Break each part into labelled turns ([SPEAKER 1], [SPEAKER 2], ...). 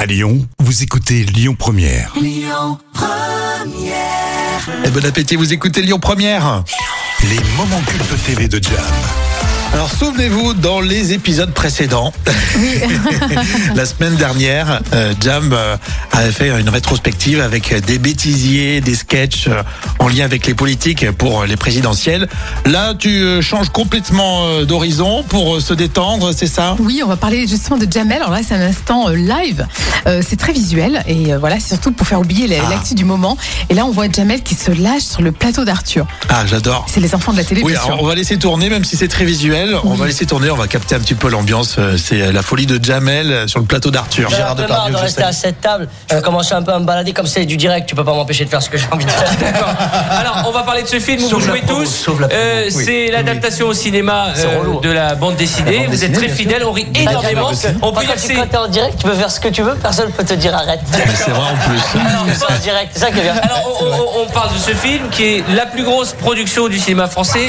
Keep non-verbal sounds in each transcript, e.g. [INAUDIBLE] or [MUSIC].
[SPEAKER 1] À Lyon, vous écoutez Lyon Première.
[SPEAKER 2] Et Eh, bon appétit, vous écoutez Lyon Première.
[SPEAKER 1] Les moments cultes TV de Jam.
[SPEAKER 2] Alors souvenez-vous, dans les épisodes précédents, [LAUGHS] la semaine dernière, euh, Jam euh, avait fait une rétrospective avec des bêtisiers, des sketchs euh, en lien avec les politiques pour euh, les présidentielles. Là, tu euh, changes complètement euh, d'horizon pour euh, se détendre, c'est ça
[SPEAKER 3] Oui, on va parler justement de Jamel. Alors là, c'est un instant euh, live. Euh, c'est très visuel et euh, voilà, c'est surtout pour faire oublier
[SPEAKER 2] Ah.
[SPEAKER 3] la- l'actu du moment. Et là, on voit Jamel qui se lâche sur le plateau d'Arthur.
[SPEAKER 2] Ah, j'adore.
[SPEAKER 3] C'est les enfants de la télé,
[SPEAKER 2] Oui,
[SPEAKER 3] bien
[SPEAKER 2] alors
[SPEAKER 3] sûr.
[SPEAKER 2] on va laisser tourner, même si c'est très visuel. On va laisser tourner, on va capter un petit peu l'ambiance. Euh, C'est euh, la folie de Jamel euh, sur le plateau d'Arthur.
[SPEAKER 4] J'en ai un peu marre de rester à cette table. Je vais commencer un peu à me balader comme c'est du direct. Tu peux pas m'empêcher de faire ce que j'ai envie de [LAUGHS] faire.
[SPEAKER 5] D'accord. Alors, on va parler de ce film où
[SPEAKER 4] Sauve
[SPEAKER 5] vous
[SPEAKER 4] la
[SPEAKER 5] jouez
[SPEAKER 4] promo,
[SPEAKER 5] tous.
[SPEAKER 4] sauve la promo,
[SPEAKER 5] Euh,
[SPEAKER 4] oui.
[SPEAKER 5] C'est l'adaptation au cinéma
[SPEAKER 4] C'est
[SPEAKER 5] euh,
[SPEAKER 4] relou. hein.
[SPEAKER 5] de la bande dessinée. vous êtes très fidèles, on rit énormément. On peut dire
[SPEAKER 4] quand
[SPEAKER 5] que c'est.
[SPEAKER 4] tu es en direct, tu peux faire ce que tu veux. Personne peut te dire [LAUGHS] arrête.
[SPEAKER 2] C'est vrai en plus.
[SPEAKER 4] Alors, c'est en direct, c'est ça qui est bien.
[SPEAKER 5] Alors, on- on, on parle de ce film qui est la plus grosse production du cinéma français.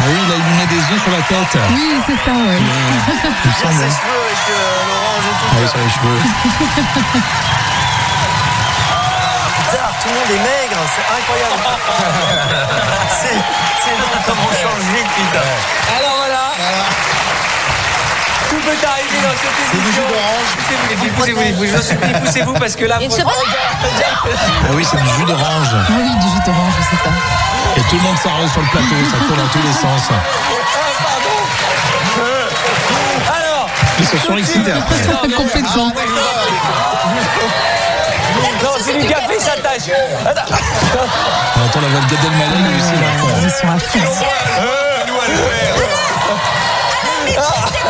[SPEAKER 2] Ah oui, il a illuminé des yeux sur la tête.
[SPEAKER 3] Oui, c'est ça.
[SPEAKER 2] [LAUGHS]
[SPEAKER 3] ouais.
[SPEAKER 2] Il me semble. hein.
[SPEAKER 6] euh,
[SPEAKER 2] Ah oui, sur les cheveux.
[SPEAKER 6] bizarre, tout le monde est maigre, c'est
[SPEAKER 2] [LAUGHS]
[SPEAKER 6] incroyable. c'est c'est dingue comme on change vite, putain.
[SPEAKER 5] Alors voilà. Tout peut arriver dans cette émission. Poussez-vous, les filles, poussez-vous, les filles. Je vous en supplie, poussez-vous parce que là, franchement,
[SPEAKER 2] Ah oui, c'est du jus d'orange.
[SPEAKER 3] Ah oui, du jus d'orange, c'est ça.
[SPEAKER 2] Et tout le monde s'arrose sur le plateau, ça tourne dans tous les sens.
[SPEAKER 5] alors,
[SPEAKER 2] Ils sont surexcités après.
[SPEAKER 3] [LAUGHS] Complètement.
[SPEAKER 2] ah
[SPEAKER 5] non, c'est du café, ça tâche. Attends.
[SPEAKER 2] On entend la voix de Gad Elmaleh, lui aussi, là, à fond.
[SPEAKER 3] Ils sont à fond.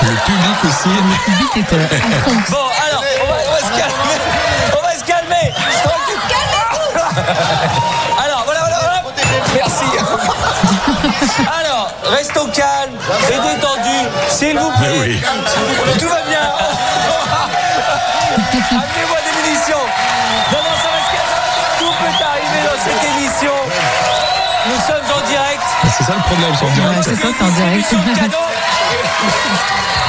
[SPEAKER 2] Le public aussi.
[SPEAKER 3] [LAUGHS] Le public est euh, à fond.
[SPEAKER 5] Bon, alors, on va, on va se calmer. On va se calmer. Alors, voilà, voilà, voilà. Merci. Alors, restons calmes et détendus, s'il vous plaît.
[SPEAKER 1] oui.
[SPEAKER 5] Tout va bien.
[SPEAKER 2] [LAUGHS]
[SPEAKER 5] Amenez-moi des munitions. Non, non, ça va se calmer. Tout peut arriver dans cette émission. Nous sommes en direct.
[SPEAKER 2] C'est ça le problème, sur le
[SPEAKER 3] Ouais,
[SPEAKER 2] direct.
[SPEAKER 3] c'est ça, c'est en direct.
[SPEAKER 5] Distribution de cadeaux.